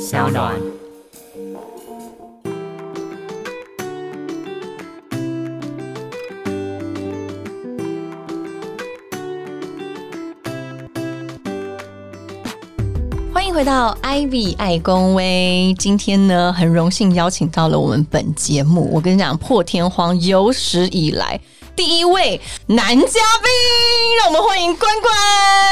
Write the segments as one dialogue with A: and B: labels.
A: 小暖。欢迎回到 Ivy 爱公威，今天呢很荣幸邀请到了我们本节目，我跟你讲破天荒有史以来第一位男嘉宾，让我们欢迎关关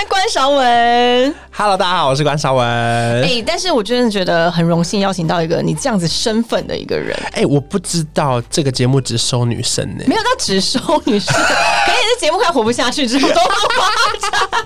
A: 关韶文。
B: Hello，大家好，我是关少文。
A: 哎、
B: 哎、
A: 但是我真的觉得很荣幸邀请到一个你这样子身份的一个人，
B: 哎我不知道这个节目只收女生呢、
A: 没有到只收女士，可能也是节目快活不下去之后都 要发展，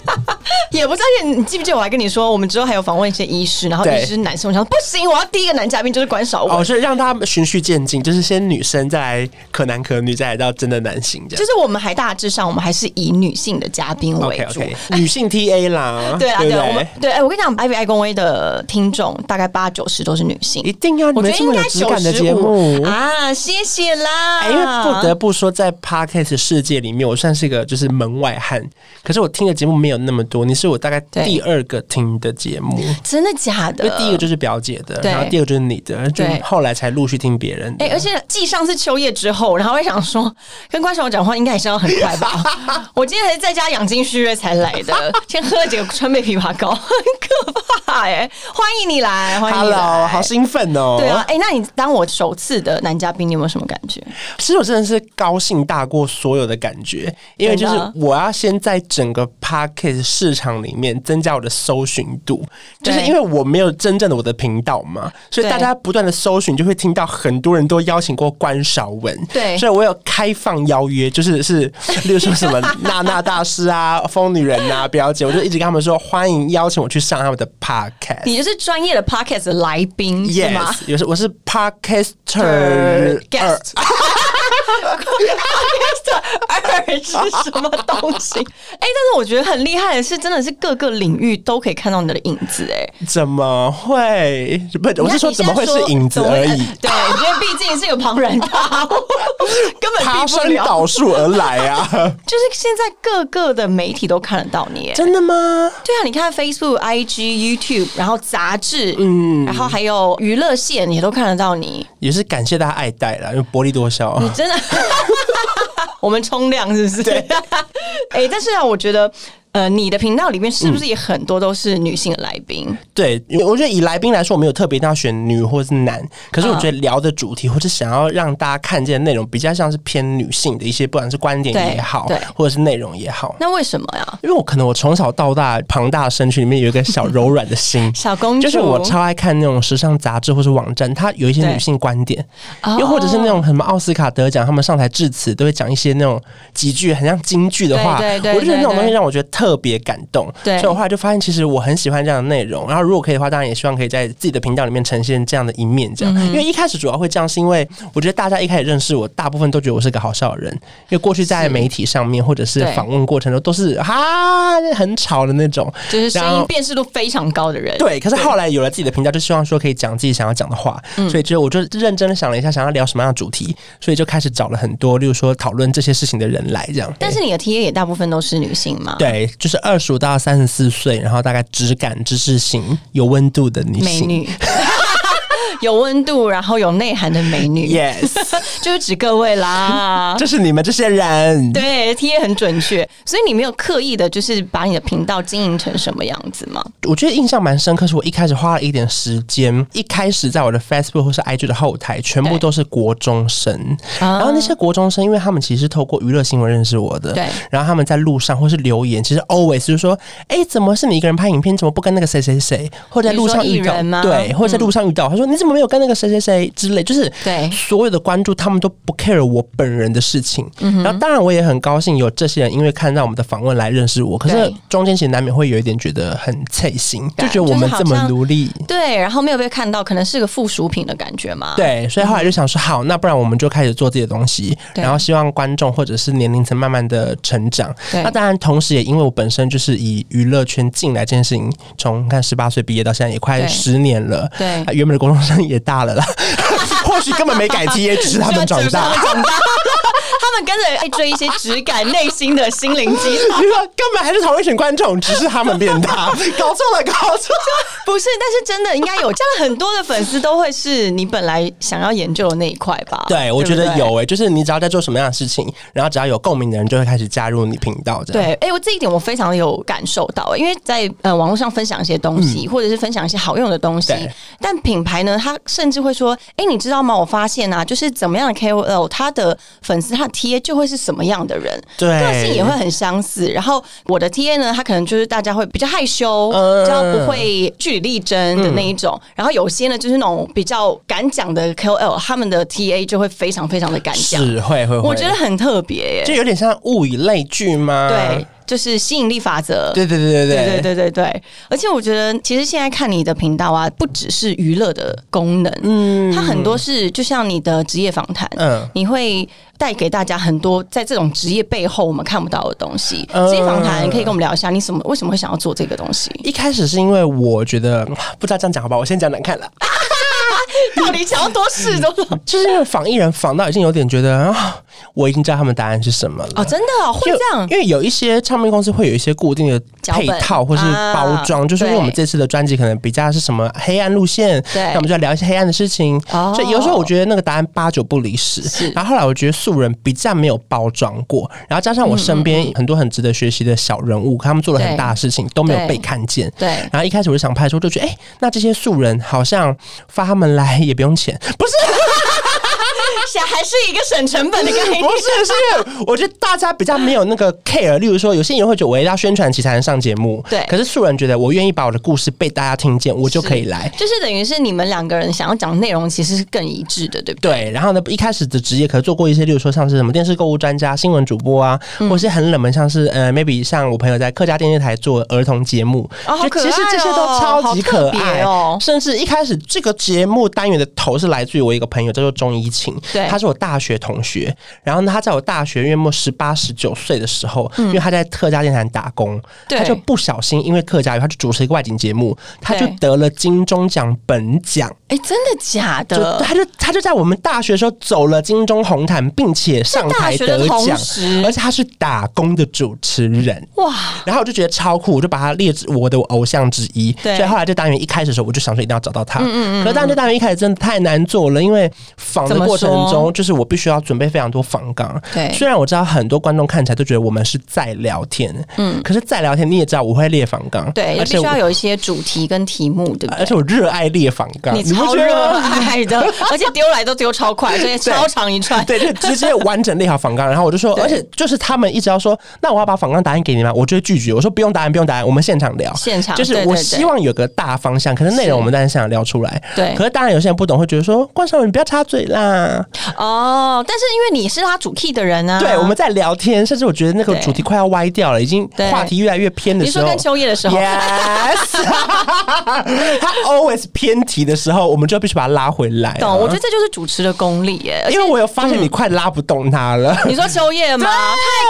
A: 也不知道。而且你记不记得我还跟你说，我们之后还有访问一些医师，然后
B: 对
A: 医师男生，我想说不行，我要第一个男嘉宾就是关少文。
B: 哦，所以让他们循序渐进，就是先女生，再来可男可女，再来到真的男性这
A: 就
B: 样。
A: 是我们还大致上，我们还是以女性的嘉宾为
B: OK
A: 主。
B: OK，女性 TA 啦，
A: 对啊，
B: 不
A: 对啊，我们
B: 对？
A: 对，哎，我跟你讲，I V I 公威的听众大概八九十都是女性，
B: 一定要你
A: 我觉
B: 们
A: 得
B: 这
A: 应
B: 么
A: 该
B: 有质
A: 九
B: 感的
A: 十
B: 节
A: 五
B: 目。
A: 啊，谢谢啦。
B: 哎、因为不得不说，在 podcast 世界里面，我算是个就是门外汉。可是我听的节目没有那么多，你是我大概
A: 对
B: 第二个听的节目，
A: 真的假
B: 因为
A: 的？
B: 第一个就是表姐的，
A: 对
B: 然后第二个就是你的，就
A: 对
B: 后来才陆续听别人的。
A: 哎、而且继上次秋叶之后，然后我还想说，跟关晓彤讲话应该也是要很快 吧？我今天还在家养精蓄锐才来的，先喝了几个川贝枇杷膏，很可怕哎、欢迎你来，欢迎你来
B: Hello，好兴奋哦！
A: 对啊，哎、那你当我首次的男嘉宾，你有没有什么感觉？
B: 其实我真的是高兴大过所有的感觉，因为就是
A: 真的
B: 我要先在整个 p a c k e t 市场里面增加我的搜寻度，
A: 对
B: 就是因为我没有真正的我的频道嘛，所以
A: 对
B: 大家不断的搜寻就会听到很多人都邀请过关少文，
A: 对
B: 所以我有开放邀约，就是是，例如说什么 娜娜大师啊、疯女人啊、表姐，我就一直跟他们说欢迎邀请我去上他们的 podcast。
A: 你就是专业的 podcast 的来宾是吗
B: Yes，有时我是 podcaster 二
A: guest。二是什么东西？哎、但是我觉得很厉害的是，真的是各个领域都可以看到你的影子、哎，
B: 怎么会？不，我是说
A: 你
B: 怎
A: 看
B: 么会是影子而
A: 你
B: 已
A: 现？在说怎么会呃对，因为毕竟是有庞然大物， 根本
B: 爬
A: 避不
B: 山
A: 了。
B: 倒树而来啊！
A: 就是现在各个的媒体都看得到你耶。
B: 真的吗？
A: 对啊，你看 Facebook、IG、YouTube，然后杂志，嗯，然后还有娱乐线也都看得到你。
B: 也是感谢大家爱戴啦，因为薄利多销。啊
A: 你 真的，我们冲量是不是？ 哎、但是啊，我觉得。呃，你的频道里面是不是也很多都是女性的来宾？
B: 对，因为我觉得以来宾来说，我没有特别一定要选女或是男，可是
A: 嗯
B: 我觉得聊的主题或者想要让大家看见的内容，比较像是偏女性的一些，不管是观点也好
A: 对对，
B: 或者是内容也好。
A: 那为什么呀？，
B: 因为我可能我从小到大庞大的身躯里面有一个小柔软的心
A: 小公主
B: 就是我超爱看那种时尚杂志或是网站，它有一些
A: 对
B: 女性观点，
A: 哦
B: 又或者是那种什么奥斯卡得奖，他们上台致辞都会讲一些那种几句很像京剧的话，
A: 对对对
B: 我就觉得那种东
A: 对
B: 西
A: 对
B: 让我觉得特别感动，
A: 对
B: 所以我后来就发现其实我很喜欢这样的内容，然后如果可以的话，当然也希望可以在自己的频道里面呈现这样的一面，这样，
A: 嗯
B: 因为一开始主要会这样，是因为我觉得大家一开始认识我，大部分都觉得我是个好笑的人，因为过去在媒体上面或者是
A: 对
B: 访问过程中都是哈很吵的那种，
A: 就是声
B: 然
A: 音
B: 后
A: 辨识度非常高的人。
B: 对，可是后来有了自己的频道，就希望说可以讲自己想要讲的话，
A: 嗯
B: 所以就我就认真的想了一下，想要聊什么样的主题，所以就开始找了很多，例如说讨论这些事情的人来这样。
A: 但是你的 TA 也大部分都是女性嘛？，
B: 对，就是二十五到三十四岁，然后大概质感、知识型、有温度的女
A: 美
B: 性。
A: 女， 有温度，然后有内涵的美女
B: Yes，
A: 就是指各位啦。
B: 就是你们这些 人。
A: 对，TA 很准确，所以你没有刻意的，就是把你的频道经营成什么样子吗？
B: 我觉得印象蛮深刻，是我一开始花了一点时间，一开始在我的 Facebook 或是 IG 的后台，全部
A: 对
B: 都是国中生。
A: 啊
B: 然后那些国中生，因为他们其实是透过娱乐新闻认识我的，
A: 对
B: 然后他们在路上或是留言，其实 always 就是说，哎、怎么是你一个人拍影片？怎么不跟那个谁谁谁？或者在路上
A: 你
B: 遇
A: 说艺
B: 到
A: 人啊吗，
B: 对，或者在路上遇到，他说你怎么没有跟那个谁谁谁之类，就是
A: 对
B: 所有的关注，他们都不 care 我本人的事情。
A: 嗯
B: 然后当然我也很高兴有这些人因为看到我们的访问来认识我，可是
A: 对
B: 中间其实难免会有一点觉得很脆心，就
A: 对
B: 觉得我们这么努力。
A: 对，然后没有被看到，可能是个附属品的感觉嘛。，
B: 对，所以后来就想说，好，那不然我们就开始做自己的东西，
A: 嗯对
B: 然后希望观众或者是年龄层慢慢的成长。
A: 对
B: 那当然，同时也因为我本身就是以娱乐圈进来这件事情，从看十八岁毕业到现在也快
A: 对
B: 十年了，
A: 对
B: 啊原 本的高中生也大了啦，或许根本没改 T，也只是他们长大。
A: 长大。 他们跟着爱追一些质感、内心的心灵鸡汤。
B: 你说根本还是同一群观众，只是他们变大，搞错了，搞错了。
A: 不是，但是真的应该有这样，很多的粉丝都会是你本来想要研究的那一块吧？
B: 对，我觉
A: 不
B: 得
A: 对
B: 有诶、欸就是你只要在做什么样的事情，然后只要有共鸣的人，就会开始加入你频道这样。
A: 对，哎、我这一点我非常有感受到、因为在呃网络上分享一些东西，或者是分享一些好用的东西
B: 嗯对，
A: 但品牌呢，它甚至会说，哎、你知道吗？我发现啊，就是怎么样的 KOL，他的粉丝他的 TA 就会是什么样的人，
B: 对
A: 个性也会很相似。然后我的 TA 呢，他可能就是大家会比较害羞，
B: 嗯
A: 比较不会据理力争的那一种。然后有些呢，就是那种比较敢讲的 KOL，他们的 TA 就会非常非常的敢讲，
B: 是会会会，
A: 我觉得很特别耶、
B: 就有点像物以类聚吗？
A: 对，就是吸引力法则。
B: 对对对对
A: 对对对对对，而且我觉得其实现在看你的频道啊，不只是娱乐的功能，嗯，它很多是就像你的职业访谈，
B: 嗯
A: 你会带给大家很多在这种职业背后我们看不到的东西。
B: 嗯
A: 职业访谈可以跟我们聊一下，你什么为什么会想要做这个东 西？
B: 一开始是因为我觉得不知道这样讲好不好，我先讲难看了。
A: 到底想要多试多少？
B: 就是因为仿艺人仿到已经有点觉得啊，我已经知道他们答案是什么了。
A: 哦，真的、哦、会
B: 就
A: 这样
B: 因为有一些唱片公司会有一些固定的
A: 脚
B: 配
A: 本
B: 套或是包装，
A: 啊
B: 就是因为我们
A: 对
B: 这次的专辑可能比较是什么黑暗路线，
A: 对
B: 那我们就要聊一些黑暗的事情。
A: 哦
B: 所以有时候我觉得那个答案八九不离十
A: 是。
B: 然后后来我觉得素人比较没有包装过，然后加上我身
A: 嗯
B: 边很多很值得学习的小人物，他们做了很
A: 对
B: 大的事情都没有
A: 对
B: 被看见。
A: 对。
B: 然后一开始我就想拍的时候，就觉得哎、诶那这些素人好像发他们来也不用钱，不是
A: 想还是一个省成本的概 念
B: 不。是，是因为我觉得大家比较没有那个 care。例如说，有些人会觉得我一定要宣传其才能上节目，
A: 对
B: 可是素人觉得我愿意把我的故事被大家听见，我就可以来。
A: 就是等于是你们两个人想要讲的内容其实是更一致的，对不对？
B: 对，然后呢，一开始的职业可能做过一些，例如说像是什么电视购物专家、新闻主播啊，
A: 嗯
B: 或是很冷门，像是呃，maybe 像我朋友在客家电视台做儿童节目，
A: 哦好
B: 就
A: 可爱
B: 其实这些都
A: 哦
B: 超级
A: 好特
B: 可
A: 别
B: 爱
A: 哦
B: 甚至一开始这个节目单元的头是来自于我一个朋友叫做钟怡晴，
A: 对
B: 他是我大学同学，然后呢，他在我大学月末十八十九岁的时候，因为他在客家电台打工，
A: 嗯对
B: 他就不小心因为客家语，他就主持一个外景节目，他就
A: 对
B: 得了金钟奖本奖。
A: 哎、真的假
B: 就
A: 的？
B: 他就他就在我们大学的时候走了金钟红毯，并且上台
A: 在大学
B: 得
A: 的同
B: 奖，
A: 时
B: 而且他是打工的主持人。
A: 哇！
B: 然后我就觉得超酷，我就把他列为我的偶像之一。
A: 对
B: 所以后来这单元一开始的时候，我就想说一定要找到他。嗯嗯可是当然这单元一开始真的太难做了，因为访的
A: 怎么
B: 过程
A: 说
B: 中，就是我必须要准备非常多访纲。
A: 对
B: 虽然我知道很多观众看起来都觉得我们是在聊天，嗯，可是在聊天你也知道我会列访纲，
A: 对，
B: 而
A: 必
B: 且
A: 须要
B: 我
A: 有一些主题跟题目，对不
B: 而
A: 对？
B: 且我热爱列访纲，
A: 你
B: 不
A: 超
B: 觉得
A: 热
B: 吗
A: 爱的，而且丢来都丢超快，所以超长一串。
B: 对，就直接完整列好访纲，然后我就说，
A: 对
B: 而且就是他们一直要说，那我要把访纲答案给你吗？我就会拒绝，我说不用答案，不用答案，我们现场聊。
A: 现场
B: 就是
A: 对
B: 我
A: 对对
B: 希望有个大方向，可是内容我们当然想聊出来。
A: 对
B: 可是当然有些人不懂，会觉得说关少文你不要插嘴啦，
A: 哦，但是因为你是他主 key 的人啊，
B: 对，我们在聊天，甚至我觉得那个
A: 对
B: 主题快要歪掉了，已经
A: 对
B: 话题越来越偏的
A: 你
B: 时
A: 说
B: 候。
A: 跟秋叶的时候
B: Yes，他 always 偏题的时候，我们就必须把他拉回来啊、
A: 懂？我觉得这就是主持的功力耶。 而且嗯
B: 因为我有发现你快拉不动他了。
A: 你说秋叶吗？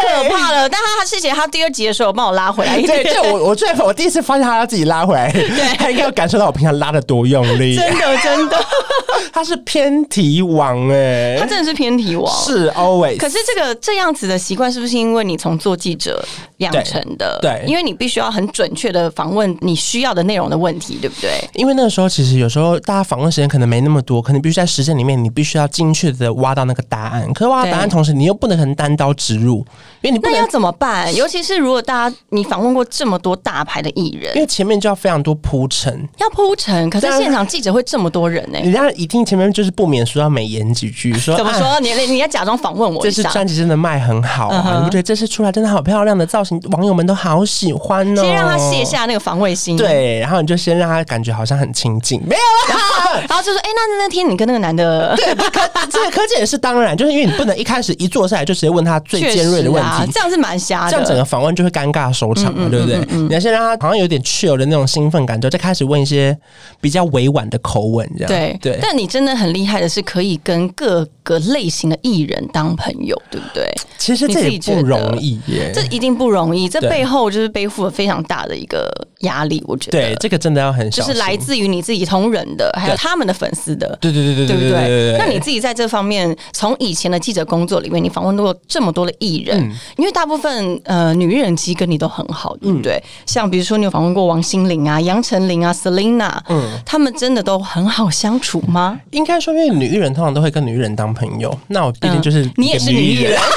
A: 太可怕了！但他谢谢他第二集的时候帮我拉回来一
B: 对，
A: 点，
B: 就我我最我第一次发现他要自己拉回来，对 他应该要感受到我平常拉的多用力。
A: 真的真的，
B: 他是偏题王哎、
A: 他真的是偏题王。
B: 是 always。
A: 可是这个这样子的习惯，是不是因为你从做记者养成的？
B: 对对
A: 因为你必须要很准确的访问你需要的内容的问题，对不对？
B: 因为那个时候，其实有时候大家访问时间可能没那么多，可能必须在实践里面，你必须要精确的挖到那个答案。可是挖到答案
A: 对
B: 同时，你又不能很单刀直入，因为你不
A: 那
B: 能
A: 要，怎么办？尤其是如果大家你访问过这么多大牌的艺
B: 因
A: 人，
B: 为前面就要非常多铺陈。
A: 要铺陈，可是
B: 当然
A: 现场记者会这么多人呢、
B: 人家一定前面就是不免说要美言几句，说
A: 怎么？
B: 啊
A: 说？你你要假装访问我
B: 这
A: 一
B: 次
A: 下，
B: 专辑真的卖很好
A: 嗯
B: 啊！
A: 哼
B: 你不觉得这次出来真的好漂亮的造型，网友们都好喜欢哦。
A: 先让他卸下那个防卫心。。
B: 对，然后你就先让他感觉好像很亲近，没有啦。
A: 然后就说：“哎、那那那天你跟那个男的
B: 对，不可这个可姐也是当然，就是因为你不能一开始一坐下来就直接问他最
A: 确
B: 尖锐
A: 实
B: 的问
A: 啊，嗯
B: 题。
A: 这样是蛮瞎的。
B: 这样整个访问就会尴尬收场嘛，对不对？你要先让他好像有点确有的那种兴奋感，之后再开始问一些比较委婉的口吻，这样
A: 对
B: 对。
A: 但你真的很厉害的是，可以跟各个类型的艺人当朋友，对不对？
B: 其实这
A: 你自
B: 也
A: 己觉
B: 不
A: 得
B: 容易耶。
A: 这一定不容易，这
B: 对
A: 背后就是背负了非常大的一个压力，我觉得。
B: 对，这个真的要很
A: 就
B: 小
A: 是
B: 心。
A: 来自于你自己同仁的，还有他们的粉丝的，
B: 对对对对
A: 对不
B: 对对
A: 对
B: 对。？
A: 那你自己在这方面，从以前的记者工作里面，你访问过这么多的艺人，
B: 嗯
A: 因为大部分呃女艺人其实跟你都很好，对不对？
B: 嗯
A: 像比如说你有访问过王心凌啊、杨丞琳啊、Selina，嗯，他们真的都很好相处吗？
B: 应该说，因为女艺人通常都会跟女艺人当朋友，那我毕竟就是、
A: 嗯你也是
B: 女
A: 女
B: 艺
A: 艺人。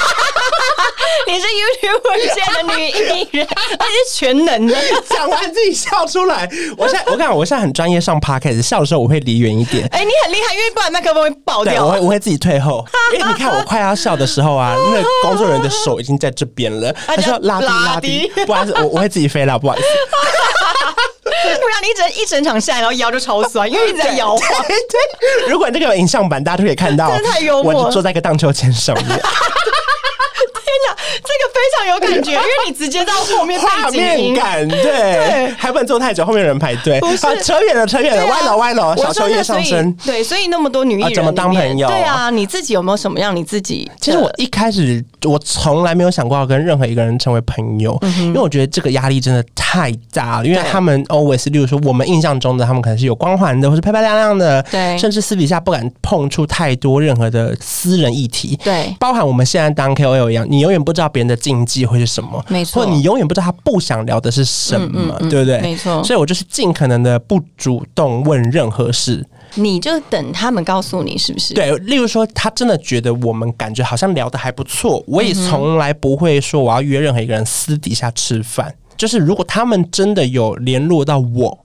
A: 你是 YouTuber 界的女艺人， 而且是全能的，
B: 讲完自己笑出来，我现在我看我现在很专业上 podcast，笑的时候我会离远一点，
A: 哎、你很厉害，因为不然麦克风会爆
B: 对，
A: 掉。
B: 我会我会自己退 后，因为你看我快要笑的时候 啊，那个工作人员的手已经在这边了，他
A: 就
B: 说拉低
A: 拉
B: 拉低，不好意思，我我会自己飞了，不 好意思，
A: 不然你一整一整场下来，然后腰就超酸，因为一直在摇晃。
B: 哎对，如果那个有影像版，大家就可以看到，
A: 真的太幽默了
B: 我坐在一个荡秋千上 面，
A: 天哪，这个非常有 感觉，因为你直接到后面
B: 画
A: 背景
B: 面
A: 音。
B: 感，对，还不能坐太久，后面有人排队，
A: 不是
B: 啊，扯远了，扯远了，
A: 对啊
B: 歪了，歪了，
A: 我
B: 小
A: 说
B: 秋
A: 那
B: 叶
A: 所
B: 上
A: 以
B: 身。
A: 对，所以那么多女艺人、
B: 啊怎么当朋友
A: 对啊，你自己有没有什么让你自己的？
B: 其实我一开始我从来没有想过要跟任何一个人成为朋友，因为我觉得这个压力真的太大了。因为
A: 嗯对
B: 他们 always，例如说我们印象中的他们可能是有光环的，或是漂漂亮亮的，
A: 对
B: 甚至私底下不敢碰触太多任何的私人议题。
A: 对
B: 包含我们现在当 KOL 一样，你永远不知道别人的禁忌会是什么，
A: 没错嗯
B: 或你永远不知道他不想聊的是什么，对不对？
A: 没错
B: 所以我就是尽可能的不主动问任何事，
A: 你就等他们告诉你是不是？
B: 对，例如说，他真的觉得我们感觉好像聊得还不错，我也从来不会说我要约任何一个人私底下吃饭。就是如果他们真的有联络到我，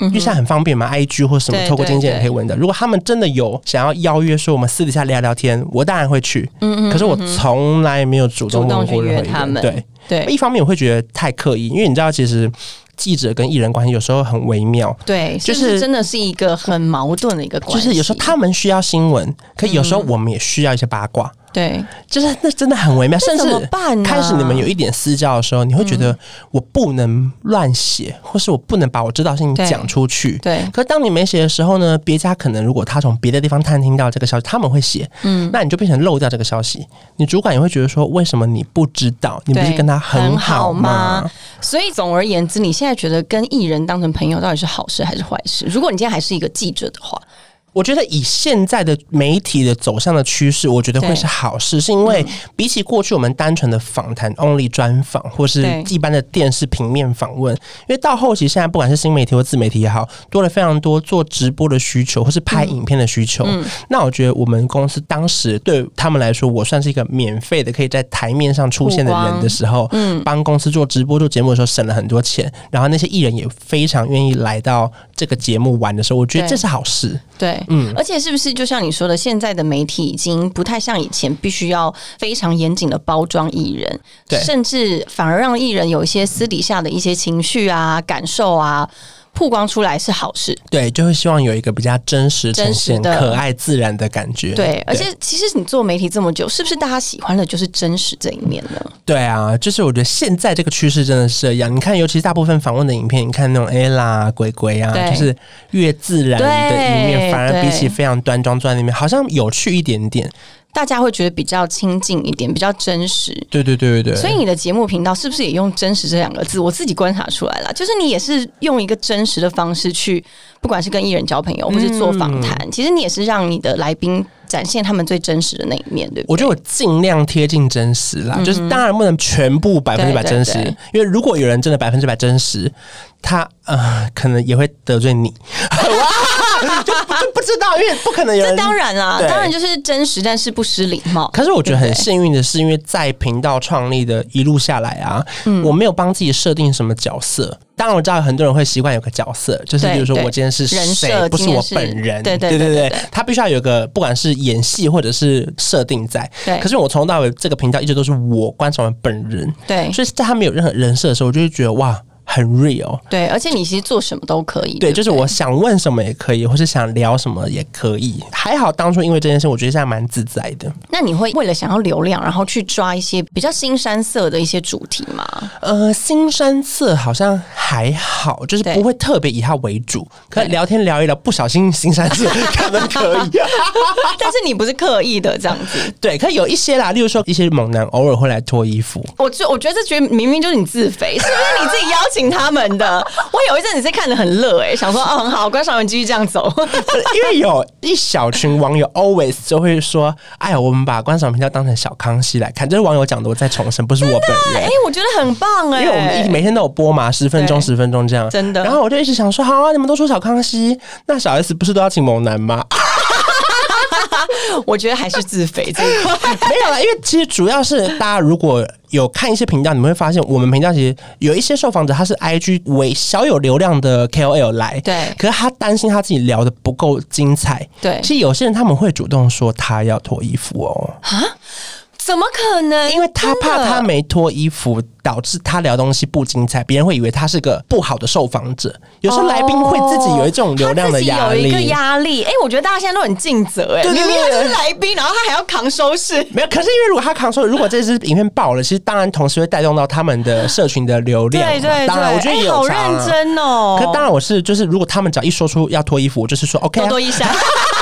B: 因为现在很方便嘛，IG 或什么
A: 嗯对
B: 透过
A: 对
B: 经纪人
A: 对
B: 可以问的。如果他们真的有想要邀约说我们私底下聊聊天，我当然会去。嗯嗯可是我从来没有主动
A: 主动
B: 问
A: 去
B: 过任
A: 约
B: 何一个
A: 他
B: 人。
A: 们，
B: 对，
A: 对
B: 一方面我会觉得太刻意，因为你知道，其实记者跟艺人关系有时候很微妙。
A: 对，
B: 就是
A: 不是真的是一个很矛盾的一个关
B: 就
A: 系。嗯
B: 是有时候他们需要新闻，可有时候我们也需要一些八卦。
A: 对
B: 就是那真的很微妙，
A: 那
B: 啊甚
A: 怎么
B: 至
A: 办嗯啊
B: 开始你们有一点私交的时候，你会觉得我不能乱写，或是我不能把我知道的事情
A: 对
B: 讲出去。
A: 对
B: 可当你没写的时候呢，别家可能如果他从别的地方探听到这个消息，他们会写，嗯，那你就变成漏掉这个消息。你主管也会觉得说，为什么你不知道？你不是
A: 对
B: 跟他
A: 很
B: 好
A: 好
B: 吗
A: 吗？所以总而言之，你现在觉得跟艺人当成朋友到底是好事还是坏事？如果你今天还是一个记者的话，
B: 我觉得以现在的媒体的走向的趋势，我觉得会
A: 对
B: 是好事，是因为比起过去我们单纯的访谈、only 专访或是
A: 对
B: 一般的电视平面访问，因为到后期现在不管是新媒体或自媒体也好，多了非常多做直播的需求或是拍影片的需求。
A: 嗯
B: 那我觉得我们公司当时对他们来说，我算是一个免费的可以在台面上出现的
A: 曝光嗯
B: 人的时候，帮公司做直播做节目的时候省了很多钱，然后那些艺人也非常愿意来到这个节目玩的时候，我觉得
A: 对
B: 这是好事。
A: 对，嗯，而且是不是就像你说的，现在的媒体已经不太像以前，必须要非常严谨的包装艺人，
B: 对
A: 甚至反而让艺人有一些私底下的一些情绪啊、感受啊，曝光出来是好事。
B: 对，就会希望有一个比较真实呈现、
A: 真实的
B: 可爱自然的感觉。
A: 对，而且其实你做媒体这么久，是不是大家喜欢的就是真实这一面呢？
B: 对啊，就是我觉得现在这个趋势真的是这样。你看，尤其是大部分访问的影片，你看那种 A 啦、鬼鬼啊，
A: 对
B: 就是越自然的一面，
A: 对
B: 反而
A: 对
B: 比起非常端庄坐在那边，好像有趣一点点。
A: 大家会觉得比较亲近一点，比较真实。
B: 对对对对对。
A: 所以你的节目频道是不是也用“真实”这两个字？我自己观察出来了，就是你也是用一个真实的方式去，不管是跟艺人交朋友，或是做访谈，
B: 嗯
A: 其实你也是让你的来宾展现他们最真实的那一面，对不
B: 我
A: 对？
B: 觉得我尽量贴近真实啦，就是当然不能全部百分之百
A: 嗯对对
B: 真实，
A: 对
B: 因为如果有人真的百分之百真实，他呃可能也会得罪 你， 就就不知道，因为不可能有
A: 这
B: 人
A: 当然啦，
B: 对
A: 当然就是真实，但是不失礼貌。
B: 可是我觉得
A: 对
B: 很
A: 不对
B: 幸运的是，因为在频道创立的一路下来啊，
A: 嗯
B: 我没有帮自己设定什么角色。当然我知道很多人会习惯有个角色，就是
A: 对
B: 比如说
A: 对
B: 我今天是
A: 人
B: 谁，
A: 设
B: 不是
A: 今天
B: 我
A: 是
B: 本人。
A: 对
B: 对
A: 对
B: 对
A: 对对
B: 对
A: 对，
B: 他必须要有个不管是演戏或者是设定在。
A: 对
B: 可是我从头到尾这个频道一直都是我观察完本人，
A: 对
B: 所以在他没有任何人设的时候，我就会觉得哇。很 real。
A: 对，而且你其实做什么都可以。
B: 对，
A: 不
B: 就是我想问什么也可以，或是想聊什么也可以。还好当初因为这件事，我觉得现在蛮自在的。
A: 那你会为了想要流量，然后去抓一些比较新山色的一些主题 吗？
B: 呃，新山色好像还好，就是
A: 对
B: 不会特别以它为主。可
A: 对
B: 聊天聊一聊，不小心新山色 可能可以。啊
A: 但是你不是刻意的这样子，
B: 对，可有一些啦，例如说一些猛男偶尔会来脱衣服，
A: 我就我觉得这觉得明明就是你自肥，是不是你自己邀请他们 的？我有一阵子是看得很乐哎、想说哦很好，观赏员继续这样走。
B: 因为有一小群网友 always 就会说：“哎呀，我们把观赏频道当成小康熙来看。”这是网友讲的，我再重申，不是我本
A: 哎、
B: 人。
A: 我觉得很棒哎、
B: 因为我们一每天都有播嘛，十分钟、
A: 对
B: 十分钟这样，
A: 真的
B: 然后我就一直想说，好啊，你们都说小康熙，那小 S 不是都要请猛男吗？
A: 我觉得还是自肥这一块。
B: 没有啦，因为其实主要是大家如果有看一些频道，你们会发现我们频道其实有一些受访者他是 IG 为小有流量的 KOL 来，
A: 对
B: 可是他担心他自己聊的不够精彩，
A: 对
B: 其实有些人他们会主动说他要脱衣服哦，
A: 怎么可能？
B: 因为他怕
A: 真的
B: 他没脱衣服，导致他聊东西不精彩，别人会以为他是个不好的受访者。有时候来宾会自己有一种流量的压
A: 哦他自己有一个
B: 力。
A: 压力。哎、我觉得大家现在都很尽责哎、
B: 对对对
A: 明明他就是来宾，然后他还要扛收视。
B: 没有，可是因为如果他扛说，如果这支影片爆了，其实当然同时会带动到他们的社群的流量嘛。
A: 对对对，
B: 当然我觉得
A: 哎
B: 也
A: 好
B: 有差、啊
A: 认。真哦。
B: 可当然我是就是，如果他们只要一说出要脱衣服，我就是说 OK 啊、
A: 多多益善。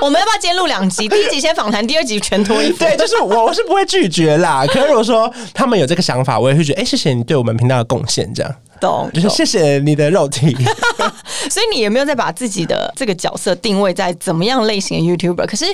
A: 我们要不要今天录两集？第一集先访谈，第二集全脱衣服。
B: 对，就是我我是不会拒绝啦。 可是如果说他们有这个想法，我也会觉得，哎、谢谢你对我们频道的贡献，这样
A: 懂。
B: 就是
A: 懂
B: 谢谢你的肉 体。
A: 所以你有没有在把自己的这个角色定位在怎么样类型的 YouTuber？可是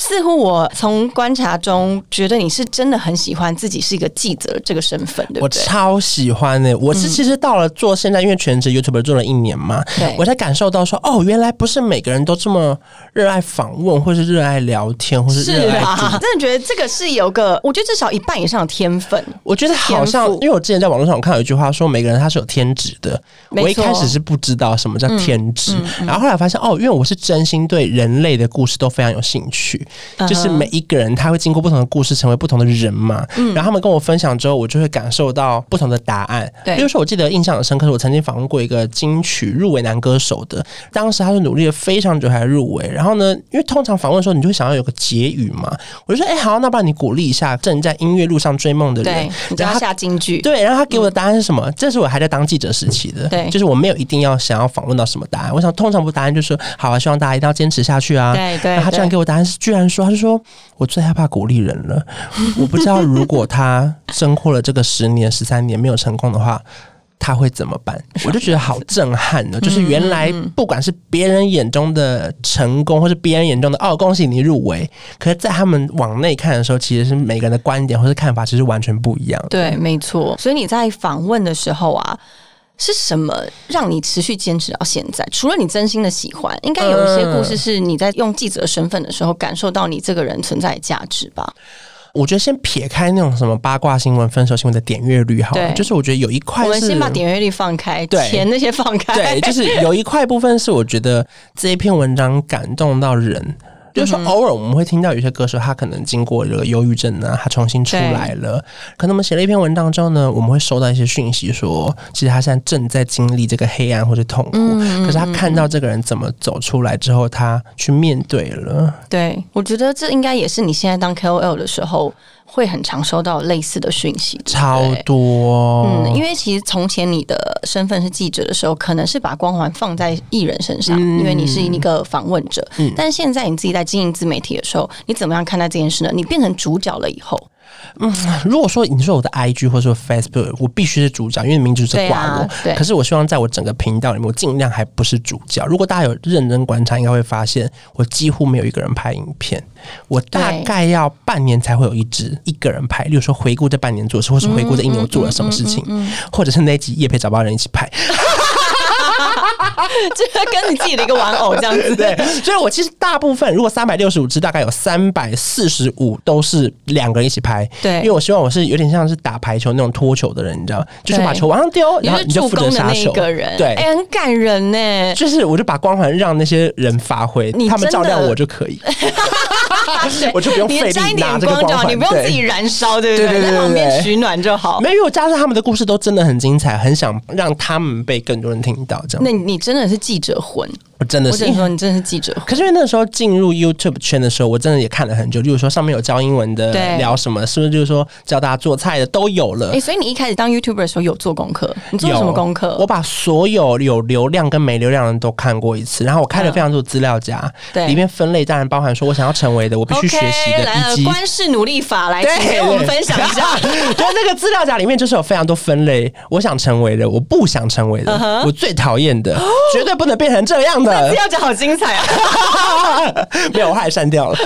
A: 似乎我从观察中觉得你是真的很喜欢自己是一个记者这个身份，对不
B: 我
A: 对？
B: 超喜欢的、我
A: 嗯
B: 是其实到了做现在，因为全职 YouTuber 做了一年嘛
A: 对，
B: 我才感受到说，哦，原来不是每个人都这么热爱访问，或是热爱聊天，或是热爱主
A: 啊，真的觉得这个是有个，我觉得至少一半以上的天分。
B: 我觉得好像
A: 天，赋
B: 因为我之前在网络上有看到一句话说，每个人他是有天职的。
A: 没错嗯
B: 我一开始是不知道什么叫天职，然后后来发现哦，因为我是真心对人类的故事都非常有兴趣，
A: 嗯哼
B: 就是每一个人他会经过不同的故事，成为不同的人嘛。
A: 嗯
B: 然后他们跟我分享之后，我就会感受到不同的答案。
A: 对
B: 比如说我记得印象很深刻，是我曾经访问过一个金曲入围男歌手的，当时他是努力了非常久才入围。然后呢，因为通常访问的时候，你就会想要有个结语嘛，我就说，哎、好，那不然你鼓励一下正在音乐路上追梦的人
A: 对，，你知
B: 然
A: 道
B: 后他。
A: 下京剧，
B: 对，然后他给我的答案是什么？这是我还在当记者时期的，
A: 嗯对
B: 就是我没有一定要想要访问到什么答案。我想通常不答案就是说好啊，希望大家一定要坚持下去啊。
A: 对对
B: 然后他居然
A: 对
B: 给我答案是，居然说他就说我最害怕鼓励人 了，我不知道如果他生活了这个十年、十三年没有成功的话。他会怎么 办？我就觉得好震撼
A: 嗯
B: 呢！就是原来不管是别人眼中的成功，或是别人眼中的哦，恭喜你入围，可是在他们往内看的时候，其实是每个人的观点或是看法其实完全不一样。
A: 对，没错。所以你在访问的时候啊，是什么让你持续坚持到现在？除了你真心的喜欢，应该有一
B: 呃
A: 些故事是你在用记者身份的时候感受到你这个人存在的价值吧？
B: 我觉得先撇开那种什么八卦新闻、分手新闻的点阅率好了，
A: 对
B: 就是我觉得有一块
A: 我们
B: 是
A: 先把点阅率放开，
B: 对
A: 钱那些放开，
B: 对，就是有一块部分是我觉得这一篇文章感动到人。就是
A: 嗯
B: 说，偶尔我们会听到有些歌手，他可能经过了忧郁症啊，他重新出来了。可能我们写了一篇文章之后呢，我们会收到一些讯息说，其实他现在正在经历这个黑暗或者痛苦。
A: 嗯
B: 可是他看到这个人怎么走出来之后，他去面对了。
A: 对我觉得这应该也是你现在当 KOL 的时候会很常收到类似的讯息，对不对
B: 超多，
A: 嗯，因为其实从前你的身份是记者的时候，可能是把光环放在艺人身上，
B: 嗯
A: 因为你是一个访问者。但现在你自己在经营自媒体的时候，你怎么样看待这件事呢？你变成主角了以后，
B: 如果说你说我的 IG 或者说 Facebook，我必须是主角，因为名字就是
A: 对
B: 挂我。
A: 啊，对
B: 可，是我希望在我整个频道里面，我尽量还不是主角。如果大家有认真观察，应该会发现我几乎没有一个人拍影片，我大
A: 对
B: 概要半年才会有一支一个人拍。例如说回顾这半年做的事，或是
A: 嗯
B: 回顾这一年我做了什么事情，或者是那一集叶佩找不到人一起拍。
A: 这个跟你自己的一个玩偶这样子。
B: 对，所以我其实大部分如果三百六十五支，大概有三百四十五都是两个人一起拍。
A: 对
B: 因为我希望我是有点像是打排球那种拖球的人，你知道吗，就是把球往上丢，
A: 你
B: 然后
A: 是
B: 你就
A: 助
B: 负责
A: 攻的
B: 杀
A: 那一
B: 球。
A: 个人，
B: 对，
A: 哎、很感人呢、
B: 就是我就把光环让那些人发挥
A: 你，
B: 他们
A: 真
B: 照
A: 的
B: 亮我就可 以。我就不用
A: 你
B: 费
A: 沾一
B: 力
A: 点
B: 拿这个
A: 光就
B: 光
A: 好，
B: 环，
A: 你不用自己
B: 对。
A: 燃烧，对不
B: 对对对
A: 在旁边
B: 对
A: 取暖就好。
B: 没有，因为我加上他们的故事都真的很精彩，很想让他们被更多人听到。这样，
A: 那你你真的是记者魂，
B: 我真的
A: 我
B: 是
A: 只能说你真的是记者魂。
B: 可是因为那时候进入 YouTube 圈的时候，我真的也看了很久，例如说上面有教英文的
A: 对，
B: 聊什么，是不是就是说教大家做菜的都有了
A: 哎、。所以你一开始当 YouTuber 的时候有做功课，你做了
B: 有
A: 什么功课？
B: 我把所有有流量跟没流量的都看过一次，然后我看了非常多资料夹，
A: 对
B: 里面分类当然包含说我想要成为的，我必须学习
A: OK，
B: 的，
A: 来
B: 以
A: 了，
B: 及
A: 官式努力法来，
B: 对
A: 请给我们分 享一下。
B: 对，那个资料夹里面就是有非常多分类，我想成为的，我不想成为的
A: 嗯哼
B: 我最讨厌的，绝对不能变成这样的
A: 这。要讲好精彩啊！
B: 没有，我还删 掉了。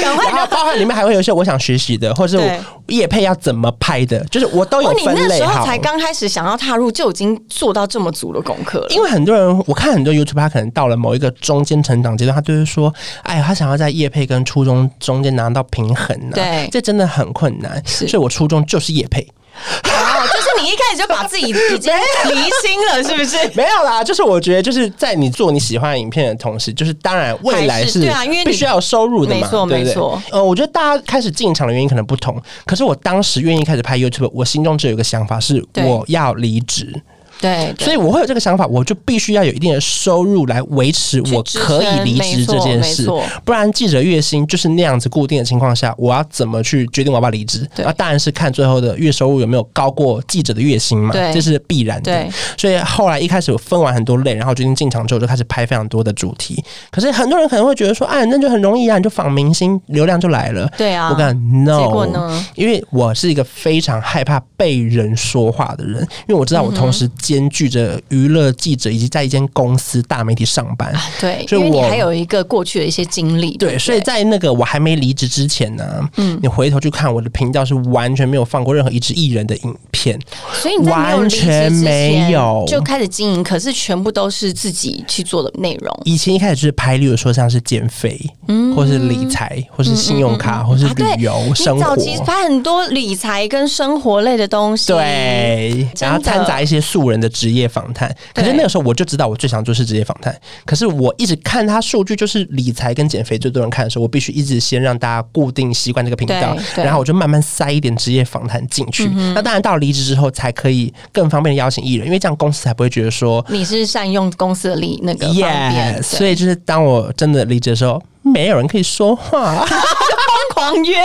A: 赶快
B: 然后包含里面还会有一些我想学习的，或者是我叶配要怎么拍的，就是 我都有
A: 哦，你
B: 分
A: 那
B: 类
A: 时候
B: 好。
A: 才刚开始想要踏入，就已经做到这么足的功课了。
B: 因为很多人，我看很多 YouTube，他可能到了某一个中间成长阶段，他就是说，哎，他想要在业配跟初中中间拿到平衡呢、
A: 对
B: 这真的很困难。
A: 是
B: 所以我初中就是业配，
A: 哦，就是你一开始就把自 己已经离心了，是不是？
B: 没有啦，就是我觉得就是在你做你喜欢的影片的同时，就是当然未来
A: 还是对啊因为你
B: 必须要有收入的嘛，
A: 没错
B: 对不对
A: 没错。
B: 呃，我觉得大家开始进场的原因可能不同，可是我当时愿意开始拍 YouTube，我心中只有一个想法是
A: 对
B: 我要离职，
A: 对，
B: 所以我会有这个想法，我就必须要有一定的收入来维持我可以离职这件
A: 去支撑没
B: 事
A: 错没，
B: 不然记者月薪就是那样子固定的情况下，我要怎么去决定我要不要离职？
A: 对
B: 那当然是看最后的月收入有没有高过记者的月薪嘛
A: 对，
B: 这是必然的
A: 对。
B: 所以后来一开始我分完很多类，然后决定进场之后就开始拍非常多的主题。可是很多人可能会觉得说，哎，那就很容易啊，你就仿明星，流量就来了。
A: 对啊，
B: 我敢 no，
A: 结果呢？
B: 因为我是一个非常害怕被人说话的人，因为我知道我同时兼具着娱乐记者以及在一间公司大媒体上
A: 啊
B: 班。
A: 对，
B: 所
A: 因
B: 以
A: 为你
B: 我
A: 还有一个过去的一些经历，
B: 对，
A: 不
B: 所以在那个我还没离职之前呢，嗯，你回头去看我的频道是完全没有放过任何一支艺人的影片，
A: 所以你在没有离职之前
B: 完全没有
A: 就开始经营，可是全部都是自己去做的内容。
B: 以前一开始就是拍，例如说像是减肥，嗯，或是理财，或是信用卡，或是
A: 嗯啊对
B: 旅游、生
A: 你
B: 活
A: 早，期拍很多理财跟生活类的东西，，
B: 对，
A: 真
B: 然后掺
A: 的
B: 杂一些素人的职业访谈。可是
A: 对
B: 那个时候我就知道我最想做是职业访谈，可是我一直看他数据，就是理财跟减肥最多人看的时候，我必须一直先让大家固定习惯这个频道
A: 对，嗯对
B: 然后我就慢慢塞一点职业访谈进去。那当然到离职之后才可以更方便的邀请艺人，因为这样公司才不会觉得说。
A: 你是善用公司的力那个方
B: Yeah，
A: 便，
B: 所
A: 以
B: 以就是当我真的离职的时候，没有人可以说话，
A: 疯狂约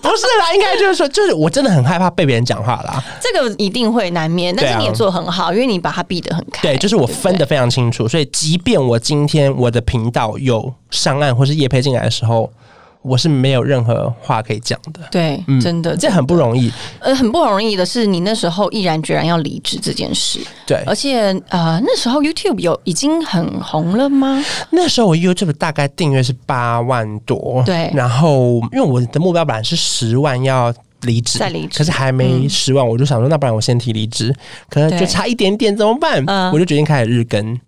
B: 不是啦，应该就是说，就是我真的很害怕被别人讲话啦。
A: 这个一定会难免，但
B: 对
A: 是
B: 啊
A: 你也做得很好，因为你把它避得很开。
B: 对，就是我分
A: 对
B: 的非常清楚，所以即便我今天我的频道有上岸或是叶配进来的时候，我是没有任何话可以讲的。
A: 不对，对真的，
B: 这很不容易。
A: 呃很不容易的是，你那时候毅然决然要离职这件事，
B: 对，
A: 而且呃那时候 YouTube 有已经很红了吗？
B: 那时候我 YouTube 大概订阅是八万多，
A: 对
B: 然后因为我的目标本来是十万要。离职，
A: 再离职
B: 可是还没
A: 嗯
B: 十万，我就想说，那不然我先提离职，可能就
A: 对
B: 差一点点，怎么办？
A: 嗯
B: 我就决定开始日更，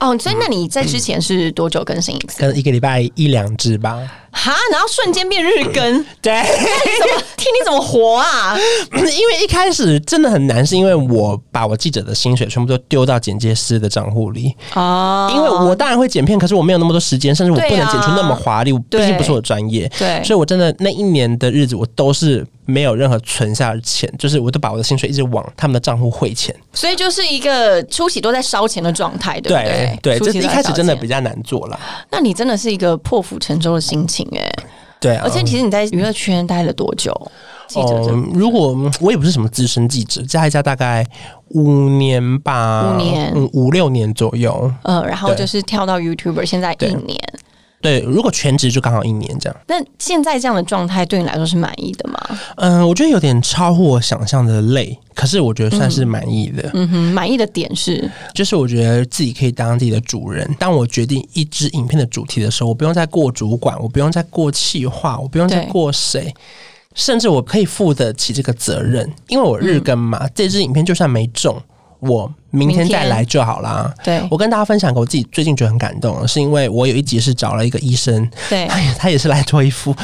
A: 哦，所以那你在之前是多久更新一次？
B: 跟一个礼拜一两支吧。
A: 哈，然后瞬间变日 更，
B: 对，
A: 怎么听你怎么活 啊？
B: 因为一开始真的很难，是因为我把我记者的薪水全部都丢到剪接师的账户里，
A: 哦
B: 因为我当然会剪片，可是我没有那么多时间，甚至我不
A: 对啊
B: 能剪出那么华丽，我毕竟
A: 对
B: 不是我的专业，
A: 对
B: 所以我真的那一年的日子，我都是没有任何存下的钱，就是我都把我的薪水一直往他们的账户汇钱。
A: 所以就是一个初期都在烧钱的状态，对不
B: 对对，
A: 对？初
B: 这
A: 期
B: 一
A: 都在
B: 开始
A: 烧
B: 真的
A: 钱
B: 比较难做了。
A: 那你真的是一个破釜沉舟的心情哎、
B: 对、啊，
A: 而且其实你在娱乐圈待了多久？记者这
B: 哦，如果我也不是什么资深记者，加一加大概五年吧，
A: 五年
B: 嗯五六年左右。
A: 呃，然后
B: 对
A: 就是跳到 YouTuber，现在一
B: 对
A: 年。
B: 对，如果全职就刚好一年这样。
A: 那现在这样的状态对你来说是满意的吗？
B: 嗯，我觉得有点超乎我想象的累，可是我觉得算是满意的。
A: 嗯哼，满意的点是，
B: 就是我觉得自己可以当自己的主人。当我决定一支影片的主题的时候，我不用再过主管，我不用再过企划，我不用再
A: 对
B: 过谁。甚至我可以负得起这个责任，因为我日更嘛，这支影片就算没中，我明天再来
A: 明
B: 就好啦。
A: 对
B: 我跟大家分享个我自己最近觉得很感动，是因为我有一集是找了一个医生，
A: 对
B: 他也他也是来做衣服。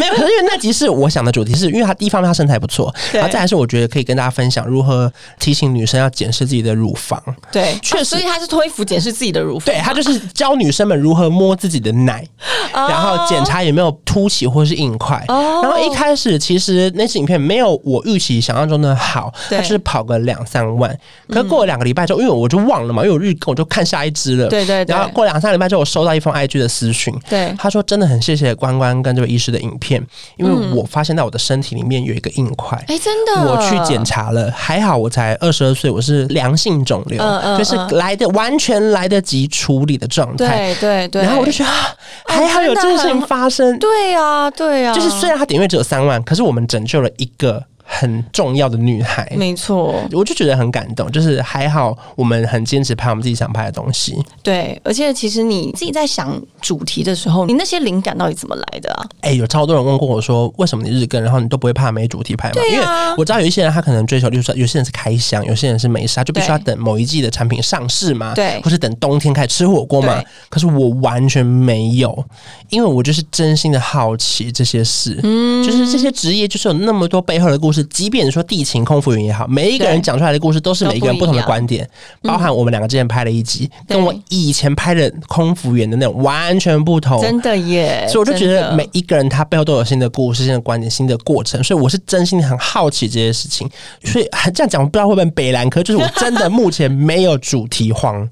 B: 没有，可是因为那集是我想的主题是，因为他第一方面他身材不错，
A: 对
B: 然后再来是我觉得可以跟大家分享如何提醒女生要检视自己的乳房。
A: 对，
B: 确
A: 啊
B: 实
A: 所以他是脱衣服检视自己的乳房，
B: 对他就是教女生们如何摸自己的奶，然后检查有没有凸起或是硬块。
A: 哦
B: 然后一开始其实那支影片没有我预期想象中的好，
A: 对嗯
B: 它是跑个两三万。可过了两个礼拜之后，因为我就忘了嘛，因为我日更我就看下一支了。
A: 对对对
B: 然后过两三个礼拜之后，我收到一封 IG 的私讯，
A: 对
B: 他说真的很谢谢关关跟这位医师的影片，因
A: 嗯
B: 为我发现到我的身体里面有一个硬块。
A: 哎，真的，
B: 我去检查了，还好我才二十二岁，我是良性肿瘤，
A: 嗯嗯
B: 就是
A: 嗯
B: 来的完全来得及处理的状态。
A: 对对对，
B: 然后我就觉得、啊、还好有这件事情发生，
A: 对啊，对啊，
B: 就是虽然他点阅只有三万，可是我们拯救了一个很重要的女孩。
A: 没错，
B: 我就觉得很感动，就是还好我们很坚持拍我们自己想拍的东西。
A: 对，而且其实你自己在想主题的时候，你那些灵感到底怎么来的啊？
B: 哎、有超多人问过我说，为什么你日更，然后你都不会怕没主题拍吗？因
A: 对
B: 为
A: 啊
B: 我知道有一些人他可能追求，就是说有些人是开箱，有些人是美食，他就必须
A: 对
B: 要等某一季的产品上市嘛，
A: 对
B: 或是等冬天开始吃火锅嘛
A: 对。
B: 可是我完全没有，因为我就是真心的好奇这些事，嗯，就是这些职业就是有那么多背后的故事，即便说地勤、空服员也好，每一个人
A: 对
B: 讲出来的故事都是
A: 都
B: 每一个人
A: 不
B: 不
A: 一
B: 同的
A: 样
B: 观点，包含我们两个之前拍了一集，
A: 嗯对
B: 跟我以前拍的空服员的那种完全不同，
A: 真的耶，
B: 哦所以我就觉
A: 哎真
B: 得
A: 的
B: 每一个人他背后都有新的故事、新的观点、新的过程，所以我是真心很好奇这些事情。所以这样讲，我不知道会不会很北兰，可是就是 我真的目前没有主题荒，
A: 哦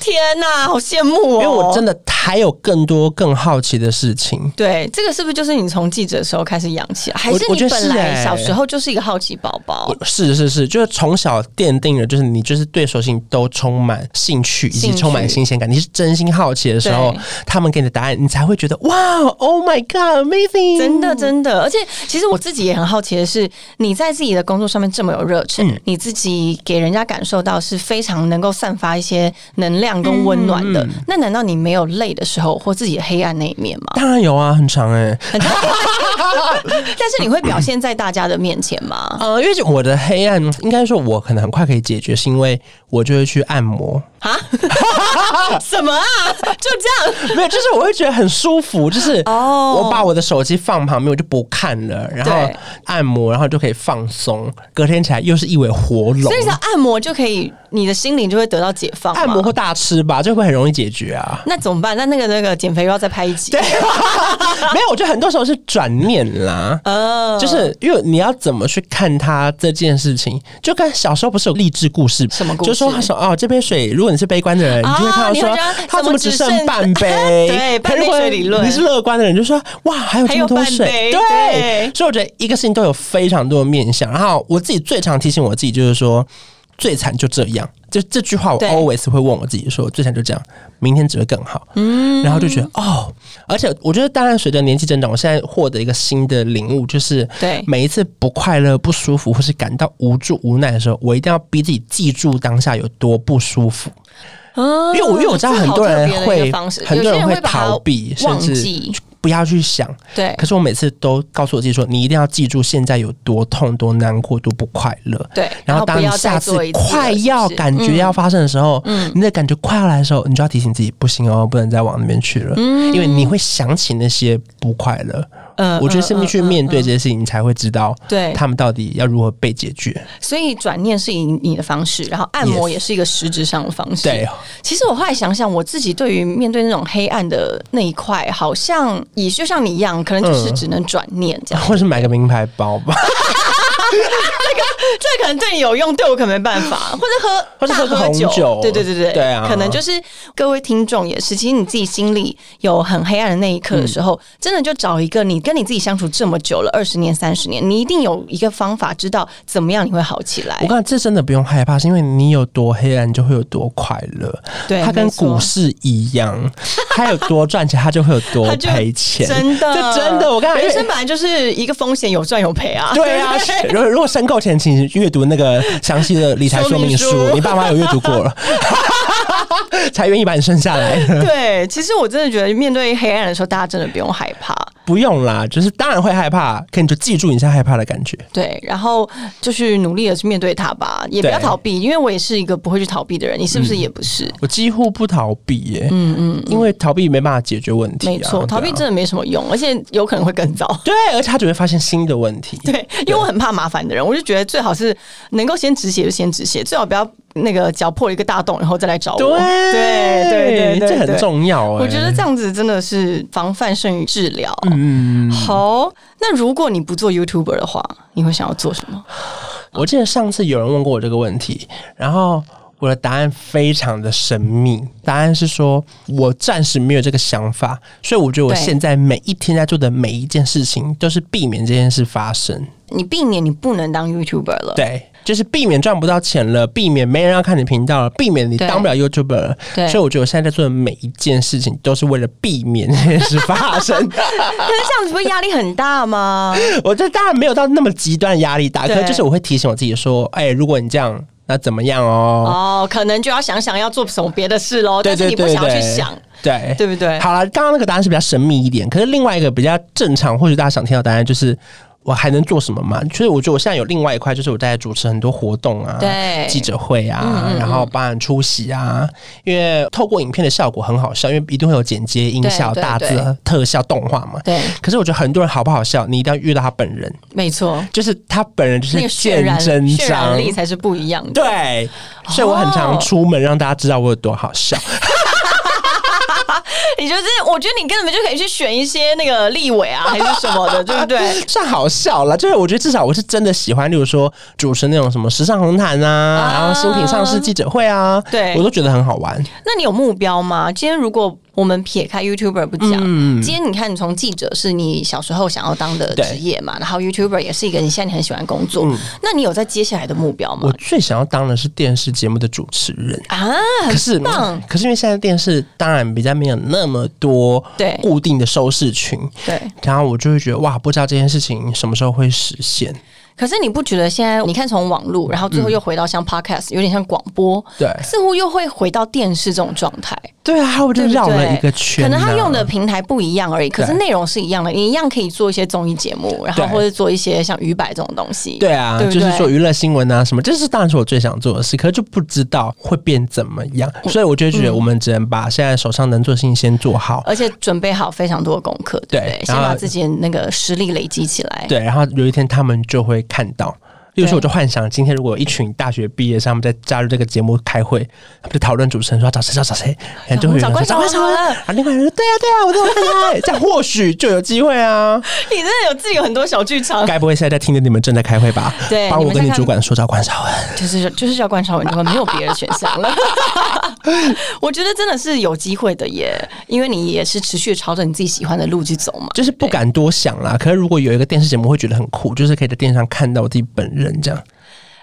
A: 天哪，好羡慕
B: 因
A: 哦！
B: 为我真的还有更多更好奇的事情。
A: 对这个是不是就是你从记者的时候开始养起来，还是
B: 我
A: 你
B: 觉得是
A: 本来
B: 哎
A: 小时候就是一个好奇宝宝？
B: 是是是，就是从小奠定了，就是你就是对所有事情都充满兴趣，以及
A: 兴趣
B: 充满新鲜感。你是真心好奇的时候
A: 对，
B: 他们给你的答案，你才会觉得哇，Oh my God，amazing！
A: 真的，真的，而且其实我自己也很好奇的是，你在自己的工作上面这么有热忱，
B: 嗯
A: 你自己给人家感受到是非常能够散发一些能量跟温暖
B: 嗯
A: 的。那难道你没有累的时候，或自己的黑暗那一面吗？
B: 当然有啊，很长 哎、
A: 但是你会表现在大家的面前吗？
B: 呃，因为我的黑暗，应该说我可能很快可以解决，是因为我就会去按摩，
A: 啊？什么啊？就这样？
B: 没有，就是我会觉得很舒服，就是
A: 哦
B: 我把我的手机放旁边，我就不看了，然后
A: 对
B: 按摩，然后就可以放松，隔天起来又是一尾活龙
A: 所。以说按摩就可以，你的心灵就会得到解放吗。
B: 按摩或大吃吧，这会很容易解决啊。
A: 那怎么办？那那个那个减肥又要再拍一集？
B: 对，没有，我觉得很多时候是转念啦。
A: 呃，
B: 就是因为你要怎么去看它这件事情，就跟小时候不是有励志故事，
A: 什么故事
B: 就说他说哦，这杯水，如果你是悲观的人，
A: 啊
B: 你就会看到
A: 你会
B: 说
A: 觉得
B: 他怎
A: 怎么
B: 么
A: 只
B: 只
A: 剩
B: 剩半 杯，
A: 对半杯
B: 可是如果
A: 水理论
B: 你是乐观的人，就说哇，还有这么多水，
A: 还有半杯对
B: 对。所以我觉得一个事情都有非常多的面向。然后我自己最常提醒我自己就是说，最惨就这样。就这句话，我
A: 对
B: always 会问我自己说，最惨就这样，明天只会更好。嗯，然后就觉得哦，而且我觉得，当然随着年纪增长，我现在获得一个新的领悟，就是
A: 对
B: 每一次不快乐、不舒服，或是感到无助、无奈的时候，我一定要逼自己记住当下有多不舒服。
A: 嗯，
B: 因为我因为我知道很多人
A: 这好特别的一
B: 会
A: 个方式，，
B: 很
A: 有
B: 多
A: 些
B: 人
A: 会
B: 会
A: 把它
B: 逃避，甚
A: 忘
B: 至
A: 记。
B: 不要去想。
A: 对
B: 可是我每次都告诉我自己说，你一定要记住现在有多痛、多难过、多不快乐。
A: 对，
B: 然后
A: 不
B: 当你
A: 要再
B: 下次
A: 做一次了
B: 快要
A: 是嗯不是
B: 感觉要发生的时候，你的感觉快要来的时候，你就要提醒自己，不行哦，不能再往那边去了，因为你会想起那些不快乐。
A: 嗯
B: 我觉得是
A: 嗯
B: 去
A: 嗯
B: 面对这些事情，你才会知道
A: 对
B: 他们到底要如何被解决。
A: 所以转念是以你的方式，然后按摩
B: Yes
A: 也是一个实质上的方式。
B: 对，
A: 其实我后来想想，我自己对于面对那种黑暗的那一块，好像也就像你一样，可能就是
B: 嗯
A: 只能转念这样。
B: 或是买个名牌包吧，
A: 这可能对你有用，对我可能没办法，或者喝
B: 或者
A: 大
B: 喝个
A: 喝
B: 红酒
A: 对对对对，
B: 对啊
A: 可能就是各位听众也是，其实你自己心里有很黑暗的那一刻的时
B: 嗯
A: 候，真的就找一个你跟你自己相处这么久了，二十年、三十年，你一定有一个方法知道怎么样你会好起来
B: 我。告诉你，这真的不用害怕，是因为你有多黑暗，就会有多快乐。
A: 对
B: 它跟
A: 没错
B: 股市一 样，它有多赚钱，它就会有多
A: 他就
B: 赔钱。
A: 真的，
B: 这真的，我刚才
A: 人生本来就是一个风险有赚有赔啊。
B: 对啊，
A: 不
B: 是如果如果申购前，请阅读那个详细的理财说明
A: 说明
B: 书
A: 书，
B: 你爸妈有阅读过了， 才愿意把你生下来。
A: 对，其实我真的觉得面对黑暗的时候，大家真的不用害怕。
B: 不用啦，就是当然会害怕，可你就记住你现在害怕的感觉。
A: 对，然后就是努力的去面对它吧，也不要
B: 对嗯
A: 逃避，因为我也是一个不会去逃避的人，你是不是也不是？
B: 我几乎不逃避耶，嗯嗯，因为逃避没办法解决问题、啊，
A: 没错，
B: 对啊
A: 逃避真的没什么用，而且有可能会 更糟。
B: 对，而且他只会发现新的问题。
A: 对，因为我很怕麻烦的人，我就觉得最好是能够先止血就先止血，最好不要那个脚破一个大洞，然后再来找我。 对对对对，
B: 这很
A: 对。
B: 重要哎、
A: 我觉得哦这样子真的是防范胜于治疗。
B: 嗯，
A: 好，那如果你不做 YouTuber 的话，你会想要做什么？
B: 我记得上次有人问过我这个问题，然后我的答案非常的神秘。答案是说我暂时没有这个想法，所以我觉得我
A: 对
B: 现在每一天在做的每一件事情，都是避免这件事发生。
A: 你避免你不能当 YouTuber 了。
B: 对，就是避免赚不到钱了，避免没人要看你频道了，避免你
A: 对
B: 当不了 YouTuber 了。
A: 对
B: 所以我觉得我现在在做的每一件事情，都是为了避免这件事发 生。
A: 可是这样子不会压力很大吗？
B: 我这当然没有到那么极端的压力大，可
A: 对
B: 是就是我会提醒我自己说，哎、如果你这样，那怎么样 哦？
A: 哦，可能就要想想要做什么别的事喽，
B: 对
A: 但是
B: 对
A: 你不
B: 对
A: 想要去
B: 对
A: 想，，
B: 对。
A: 对不对？
B: 好了，刚刚那个答案是比较神秘一点，可是另外一个比较正常，或许大家想听到答案就是。我还能做什么嘛？就是我觉得我现在有另外一块，就是我在主持很多活动啊，
A: 对嗯
B: 记者会啊，然后包含出席啊，因为透过影片的效果很好笑，因为一定会有剪接、音效、
A: 对对
B: 大字
A: 对、
B: 特效、动画嘛。
A: 对，
B: 可是我觉得很多人好不好笑，你一定要遇到他本人，
A: 没错，
B: 就是他本人就 是
A: 那个渲
B: 见
A: 染
B: 真
A: 渲
B: 章
A: 染，力才是不一样的。
B: 对，所以我很常出门让大家知道我有多好笑。
A: 哦你就是，我觉得你根本就可以去选一些那个立委啊，还是什么的，对 不对？
B: 算好笑了，就是我觉得至少我是真的喜欢，例如说主持那种什么时尚红毯啊，
A: 啊
B: 然后新品上市记者会啊，
A: 对嗯
B: 我都觉得很好玩。
A: 那你有目标吗？今天如果我们撇开 YouTuber 不讲，今天你看你从记者是你小时候想要当的
B: 嗯对嗯
A: 职业嘛，然后 YouTuber 也是一个你现在你很喜欢工作，那你有在接下来的目标
B: 我
A: 吗？
B: 最想要当的是电视节目的主持人。
A: 啊，
B: 可是
A: 棒，
B: 可是因为现在电视当然比较没有那么多
A: 对
B: 固定的收视群，
A: 对。
B: 然后我就会觉得哇，不知道这件事情什么时候会实现。
A: 可是你不觉得现在你看从网络，然后最后又回到像 Podcast，、有点像广播，
B: 嗯对
A: 似乎又会回到电视这种状态。
B: 对啊，我就
A: 对不对
B: 绕了一个圈、啊
A: 可能他用的平台不一样而已，可是
B: 对
A: 内容是一样的，你一样可以做一些综艺节目，然后
B: 对
A: 或者做一些像娱百这种东西。
B: 对啊，
A: 对不
B: 就是做
A: 对？
B: 娱乐新闻啊什么，这是当然是我最想做的事，可是就不知道会变怎么样，所以我就觉
A: 嗯
B: 得我们只能把现在手上能做的事情先做好。
A: 而且准备好非常多的功课，对不对？
B: 对
A: 先
B: 然后
A: 把自己的那个实力累积起来。
B: 对，然后有一天他们就会看到。例如说，
A: 对
B: 我就幻想今天如果有一群大学毕业生，他们在加入这个节目开会，他们就讨论主持人说要找谁找找谁，然后就会有人
A: 找
B: 说
A: 关
B: 找关
A: 少文好了
B: 啊，另外一个人说对啊对啊，我都有看他欸，这样或许就有机会 啊。
A: 你真的有自己有很多小剧场，
B: 该不会现在在听着你们正在开会吧？
A: 对
B: 帮
A: 你
B: 我
A: 们
B: 跟
A: 在
B: 你
A: 看
B: 主管说找关少文。
A: 就是就是叫关少文，就没有别的选项了。 我觉得真的是有机会的耶，因为你也是持续朝着你自己喜欢的路去走嘛。
B: 就是不敢多想啦。可是如果有一个电视节目，会觉得很酷，就是可以在电视上看到我自己本人这样。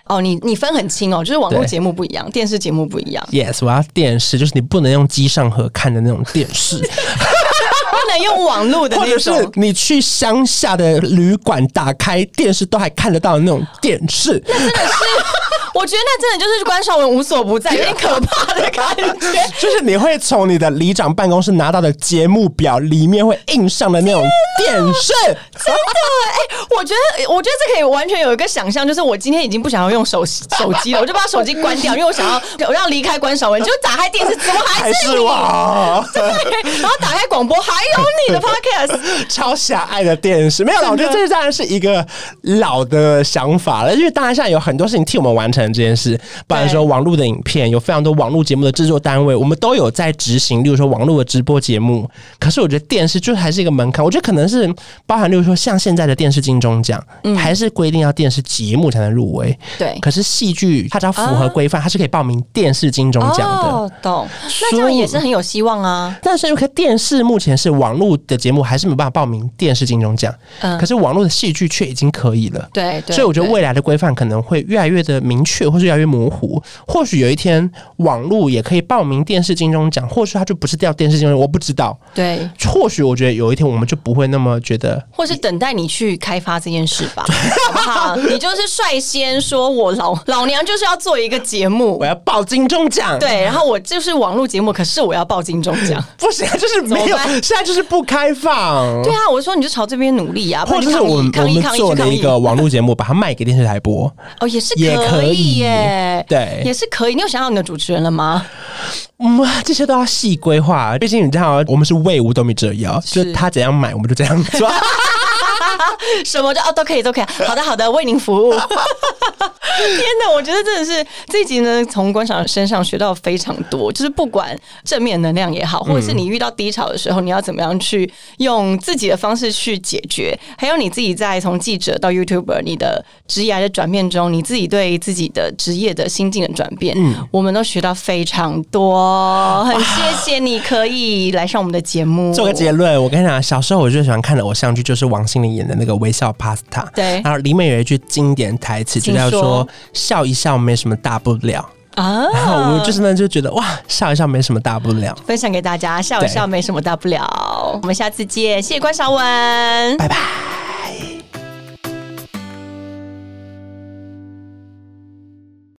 A: 哦，你你分很清哦，就是网络
B: 对
A: 节目不一样，电视节目不一样，
B: Yes，我要电视，就是你不能用机上盒看的那种电视，
A: 不能用网络的
B: 或
A: 那
B: 者是
A: 种。
B: 你去乡下的旅馆打开电视都还看得到的那种电视。
A: 我觉得那真的就是关少文无所不在，有点可怕的感觉。
B: 就是你会从你的里长办公室拿到的节目表里面会印上的那种电视，
A: 真的哎、我觉得，我觉得这可以完全有一个想象，就是我今天已经不想要用手手机了，我就把手机关掉，因为我想 要我要离开关少文，就打开电视，怎么 还
B: 还
A: 是
B: 是啊
A: 你？
B: 哇，
A: 对，然后打开广播，还有你的 podcast。
B: 超狭隘的电视，没有啦，我觉得这当然是一个老的想法了，因为当然现在有很多事情替我们完成这件事，不然说网络的影片有非常多网络节目的制作单位，我们都有在执行，例如说网络的直播节目。可是我觉得电视就是还是一个门槛，我觉得可能是包含例如说像现在的电视金钟奖，还是规定要电视节目才能入围，
A: 嗯对
B: 可是戏剧它只要符合规范，它是可以报名电视金钟奖的。
A: 哦，懂。那这样也是很有希望啊。
B: 但是，因为电视目前是网络的节目，还是没办法报名电视金钟奖。
A: 嗯
B: 可是网络的戏剧却已经可以了。
A: 对对
B: 所以我觉得
A: 对
B: 未来的规范可能会越来越的明确，或是越来越模糊。或许有一天，网络也可以报名电视金钟奖，或许它就不是掉电视金钟奖，我不知道。
A: 对，
B: 或许我觉得有一天我们就不会那么觉得
A: 或是等待你去开发这件事吧，好不好？你就是率先说我老老娘就是要做一个节目
B: 我，要报金钟奖，，
A: 对，然后我就是网络节目，可是我要报金钟 奖。
B: 不行，就是没
A: 怎么
B: 有，
A: 办
B: 现在就是不开放。
A: 对啊，我说你就朝这边努力啊，不
B: 或
A: 然
B: 者
A: 就是
B: 我们我
A: 抗议
B: 们
A: 抗议
B: 做
A: 抗议
B: 了
A: 去
B: 一
A: 抗
B: 个
A: 议
B: 网络节目，把它卖给电视台播，
A: 哦，也是
B: 也
A: 可
B: 可以
A: 耶，
B: 对
A: 也是可以。你有想好你的主持人了吗？
B: 嗯，这些都要细规划。毕竟你知道，我们是为五斗米折腰，
A: 是
B: 就他怎样买，我们就怎样做。
A: 什么的哦，都可以，都可以。好的，好的，为您服务。 天哪，我觉得真的是这一集呢，从观赏身上学到非常多，就是不管正面能量也好，或者是你遇到低潮的时候，你要怎么样去用自己的方式去解决，还有你自己在从记者到 YouTuber 你的职业的转变中，你自己对自己的职业的心境的转变，我们都学到非常多，很谢谢你可以来上我们的节目，
B: 做个结论，我跟你讲，小时候我最喜欢看的偶像剧就是王心凌演的那个《微笑 Pasta》。
A: 对
B: 然后里面有一句经典台词，就
A: 请
B: 叫
A: 说
B: 说“笑一笑没什么大不了”。
A: 啊，
B: 然后我就是呢就觉得哇，笑一笑没什么大不了。
A: 分享给大家，笑一
B: 对
A: 笑没什么大不了。我们下次见，谢谢关少文，
B: 拜拜。